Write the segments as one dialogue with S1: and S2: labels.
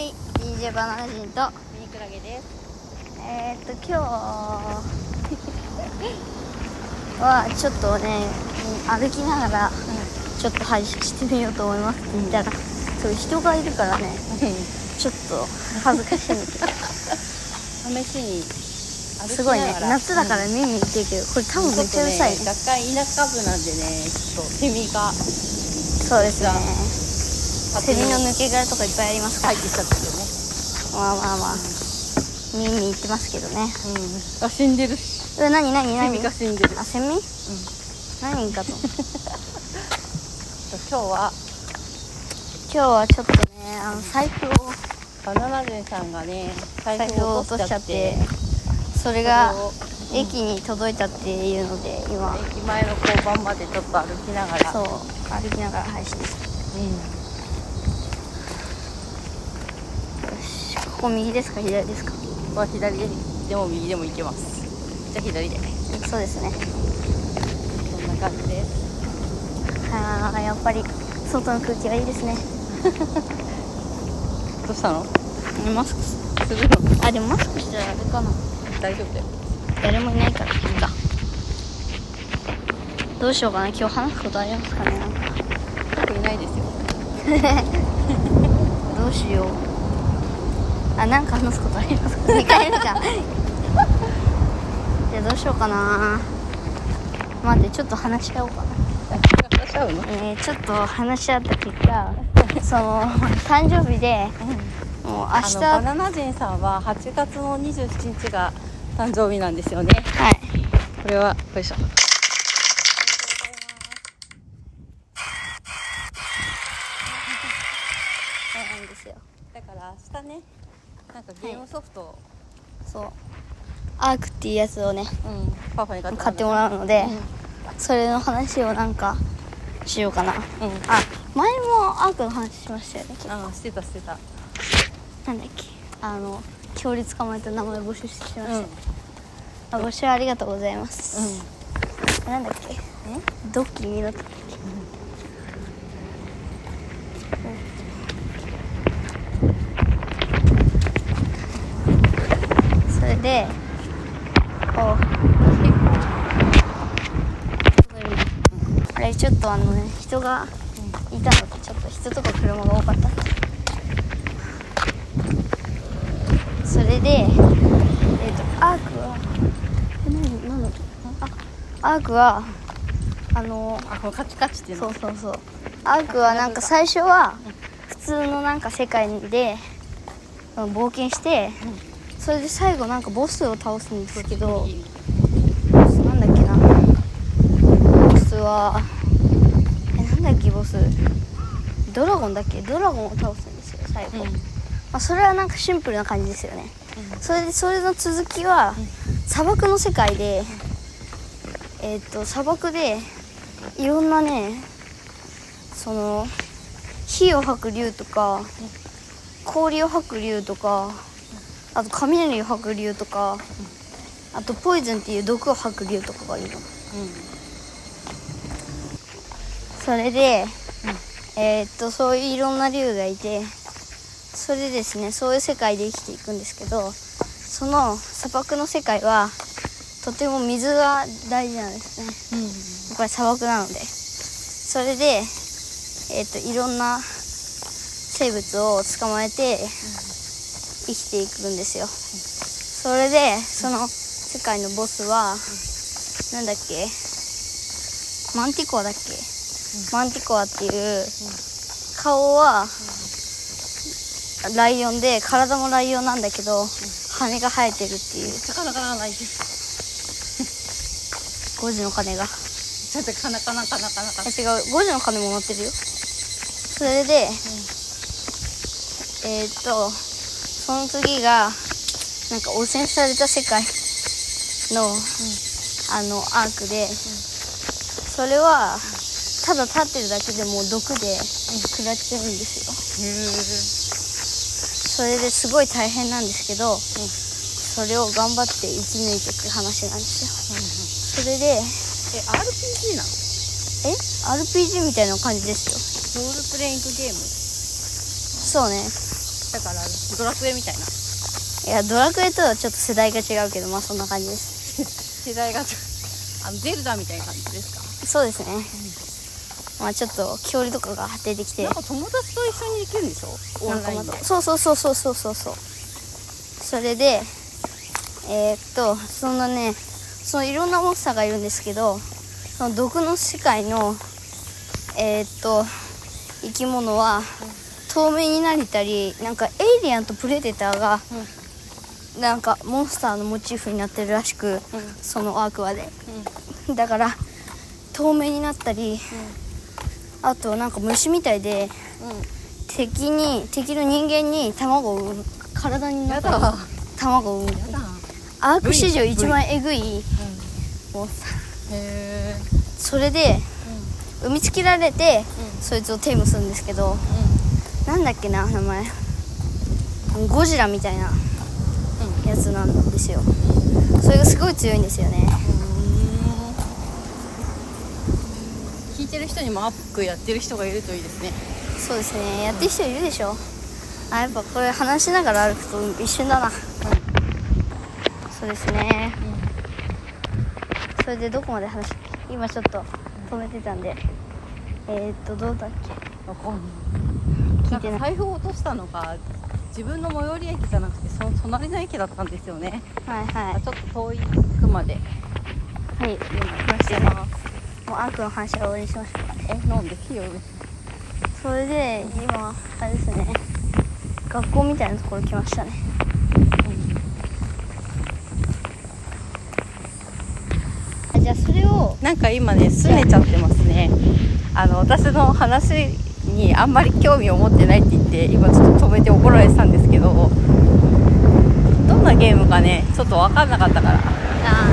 S1: ジバナナ人と
S2: ミニクラゲです
S1: えー、っと今日 はちょっとね歩きながらちょっと配信してみようと思いますって言ったら、そう人がいるからねちょっと恥ずかしいんだけど
S2: 試しに歩
S1: すごい
S2: き
S1: ね
S2: ながら
S1: 夏だから見に行ってるけどこれ多
S2: うん
S1: 分めっちゃうるさいね
S2: ちょっとね若干田舎部なんでねちょっとセミが
S1: そうですねセミの
S2: 抜
S1: 抜け殻とかいっぱいありますか
S2: 入
S1: ら
S2: ってきちゃった
S1: まあまあまあ見に行ってますけどね
S2: けどねうんあ死んでるし
S1: うわ何何
S2: セ
S1: 何
S2: ミが死んでる
S1: あセミ、何かと思った
S2: 今日は
S1: 今日はちょっとねあの財布を
S2: バナナ人さんがね財
S1: 財
S2: 布
S1: 布
S2: を
S1: を落
S2: 落と
S1: と
S2: し
S1: し
S2: ち
S1: ち
S2: ゃ
S1: ゃ
S2: っ
S1: って
S2: て
S1: それが
S2: それをうん
S1: 駅に届いたっていうので今
S2: 駅前の交番までちょっと歩きながら
S1: そう歩きながら配信です
S2: うん
S1: よしここ右ですか左ですか
S2: ここは左ででも右でも行けますじゃあ左で
S1: そうですね
S2: そんな感じです
S1: あーやっぱり外の空気はいいですね
S2: どうしたの
S1: マスクす
S2: するの
S1: あでもマスクしたらあれかな
S2: 大丈夫だよ
S1: 誰もいないからいいかどうしようかな今日話すことありますかねなんか
S2: 特にないですよ
S1: どうしようあなんか話すことありますか2 回目じゃんじゃあどうしようかな待ってちょっと話し合おうかな
S2: 話し合うの
S1: えーちょっと話し合った結果その誕生日でもう明
S2: あ
S1: 日
S2: のバ
S1: は
S2: ナナ人さんは8月の27日が誕生日なんですよね
S1: い
S2: これはよいしょ
S1: そうなんですよ
S2: だから明日ねなんかゲームソフトを、
S1: そうアークっていうやつをね
S2: うん、パパに買って
S1: 買って
S2: も
S1: も
S2: ら
S1: らうので、それの話をなんかしようかな
S2: うん
S1: あ前もアークの話しましたよね
S2: あしてたしてた
S1: なんだっけあの恐竜捕まえた名前募集してきました
S2: うん
S1: ね、あ募集ありがとうございます、なんだっけドッキリだったっけ、うんそれでお結構あれちょっとあのね人がいたのでちょっと人とか車が多かったそれで、えっとアークはえ何何のあアークはあの
S2: あこのカチカチっていう
S1: そ
S2: の
S1: うそうそうアークはなんか最初は普通のなんか世界であの冒険してそれで最後なんかボスを倒すんですけどボスなんだっけなボスはえなんだっけボスドラゴンだっけドラゴンを倒すんですよ最後、
S2: う
S1: ま
S2: ん
S1: あ、それはなんかシンプルな感じですよね、それでそれの続きは砂漠の世界で、えーっと砂漠でいろんなねその火を吐く竜とか氷を吐く竜とかあと雷を吐く竜とかあとポイズンっていう毒を吐く竜とかがいるのそれで、えーっとそういういろんな竜がいてそれでですねそういう世界で生きていくんですけどその砂漠の世界はとても水が大事なんですね
S2: うんうん
S1: これ砂漠なのでそれで、えっといろんな生物を捕まえて生きていくんですよそれでその世界のボスはなんだっけマンティコアだっけマンティコアっていう顔はライオンで体もライオンなんだけど羽が生えてるっていう
S2: 魚がないち
S1: 5時の鐘が。
S2: ょっとカナカナカナカナカ
S1: あ
S2: ナ
S1: 違う5時の鐘も鳴ってるよそれで、えーっとその次がなんか汚染された世界の、あのアークで、それはただ立ってるだけでもう毒で食らっちゃうんですよ
S2: へー
S1: それですごい大変なんですけど、それを頑張って生き抜いていく話なんですよそれで
S2: え RPG なの
S1: え RPG みたいな感じですよ
S2: ロールプレイングゲーム
S1: そうね
S2: だからドラクエみたいない
S1: やドラクエとはちょっと世代が違うけどまあそんな感じです
S2: 世代があのゼルダみたいな感じですか
S1: そうですね、まあちょっと恐竜とかが出てきて
S2: なんか友達と一緒にできるんでしょオ
S1: なん
S2: ン
S1: か
S2: ライ
S1: ま
S2: ンで
S1: たそうそうそうそうそうそうそうそれでえーっとそのねそのいろんなモンスターがいるんですけどその毒の世界のえーっと生き物は透明になりたりなんかエイリアンとプレデターがなんかモンスターのモチーフになってるらしく、そのアークはでだから透明になったり、あとなんか虫みたいで
S2: うんうん
S1: 敵に敵の人間に卵を産む体に
S2: やだ
S1: 卵を産む
S2: やだ
S1: アーク史上一番えぐいもう
S2: へえ
S1: それで産みつけられて、そいつをテイムするんですけどなんだっけな名前ゴジラみたいなやつなんですよそれがすごい強いんですよね
S2: 聞いてる人にもアップやってる人がいるといいですね
S1: そうですねやってる人いるでしょあやっぱこれ話しながら歩くと一瞬だなそうですね、それでどこまで話し今ちょっと止めてたんでえー、っとどうだっけ
S2: わかんない
S1: 聞いて
S2: な
S1: なんい
S2: か財布を落としたのが自分の最寄り駅じゃなくてそ の隣の駅だったんですよね、
S1: はいは
S2: あちょっと遠い区まで
S1: いはい
S2: 今
S1: ましたね
S2: 今
S1: もうアークの話は終わりにしましょうかね
S2: え飲んで火を入れて
S1: それで今あれですね学校みたいなところ来ましたねあじゃあそれを
S2: なんか今ね拗ねちゃってますねあの私の話にあんまり興味を持ってないって言って今ちょっと止めて怒られてたんですけどどんなゲームかねちょっと分かんなかったから
S1: あ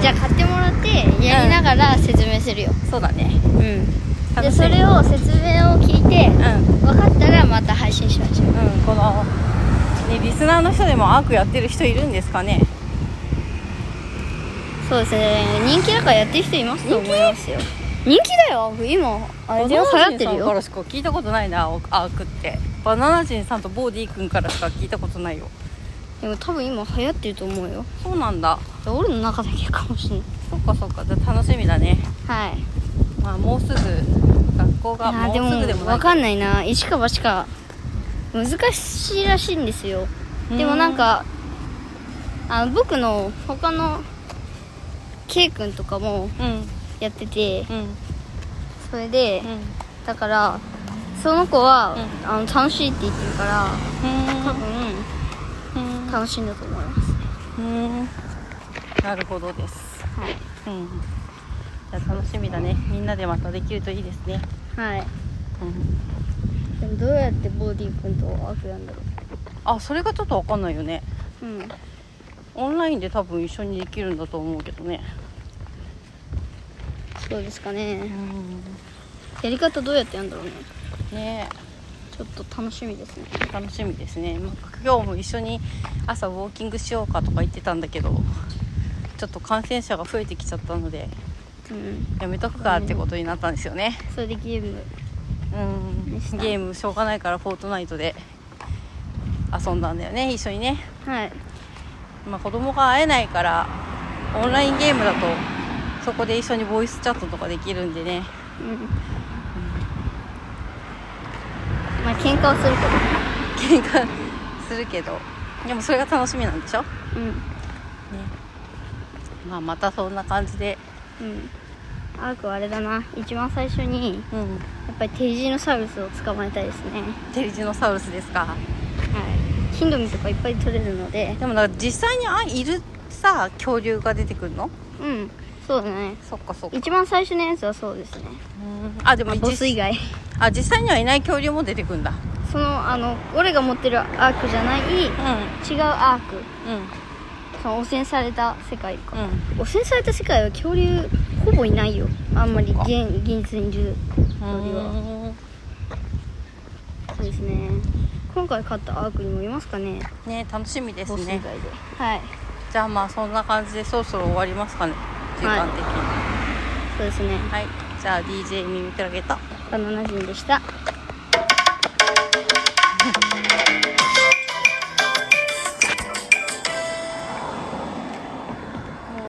S1: じゃあ買ってもらってやりながら説明するよ
S2: そうだね
S1: うん、
S2: 楽
S1: で
S2: し
S1: そ
S2: み
S1: れを説明を聞いて
S2: うんうん
S1: 分かったらまた配信しましょう
S2: この、ね、リスナーの人でもアークやってる人いるんですかね
S1: そうですね人気だからやってる人いますと思いますよ人気だよ今あれで流
S2: バナ
S1: 行
S2: ナ人
S1: ってる
S2: さんか
S1: よ
S2: らしか聞いたことないなアークってバナナ人さんとボーディー君からしか聞いたことないよ
S1: でも多分今流行ってると思うよ
S2: そうなんだ
S1: 俺の中だけかもしれない
S2: そっかそっかじゃあ楽しみだね
S1: はい
S2: まあもうすぐ学校が
S1: あ
S2: もう
S1: ですも
S2: ぐでもない
S1: 分かんないな一か八か難しいらしいんですよでもなんかあの僕の他の K 君とかも
S2: うん
S1: やってて
S2: うん
S1: それで、
S2: うん
S1: だからその子は、
S2: う
S1: あの楽しいって言ってるから多
S2: う
S1: 分
S2: ん
S1: 楽しいんだと思います、
S2: うんなるほどです
S1: はい
S2: うんじゃあ楽しみだねみんなでまたできるといいですね
S1: はい
S2: うん
S1: でもどうやってボディー君とアークやんだろ
S2: あそれがちょっとわかんないよね
S1: ううん
S2: オンラインで多分一緒にできるんだと思うけどね
S1: そうですかね
S2: ん
S1: やり方どうやってやんだろうね
S2: ねえ
S1: ちょっと楽しみですね
S2: 楽しみですね、まあ今日も一緒に朝ウォーキングしようかとか言ってたんだけどちょっと感染者が増えてきちゃったので
S1: うん
S2: やめとくかってことになったんですよね
S1: それでゲーム
S2: うん
S1: でした
S2: ゲームしょうがないからフォートナイトで遊んだんだよね一緒にね
S1: はい
S2: まあ子供が会えないからオンラインゲームだとそこで一緒にボイスチャットとかできるんでね
S1: うんまあ喧嘩をする
S2: 喧嘩するけどでもそれが楽しみなんでしょ、ね、
S1: けどうん
S2: まあまたそんな感じで
S1: うんアークはあれだな一番最初に
S2: うん
S1: やっぱりテリジーノサウルスを捕まえたいですねは
S2: テリジノサウルスですか
S1: いヒンドミとかいっぱい取れるので
S2: でもなんか実際にあいるさ恐竜が出てくるの
S1: うんそうだね
S2: そっかそっか
S1: 一番最初のやつはそうですね
S2: あでも
S1: ボス以
S2: 実
S1: 外
S2: あ実際にはいない恐竜も出てくるんだ
S1: そのあの俺が持ってるアークじゃない違う
S2: うん
S1: アーク
S2: うん
S1: その汚染された世界か、
S2: うん
S1: 汚染された世界は恐竜ほぼいないよあんまり
S2: そっか
S1: 現現実にいる恐竜は
S2: は
S1: そうですね今回買ったアークにもいますかね
S2: ね楽しみです
S1: ボス以外
S2: ね
S1: ではい
S2: じゃあまあそんな感じでそろそろ終わりますかね時間的に
S1: そうですね
S2: はい、じゃあ DJ 耳くらげと
S1: バナナ人でした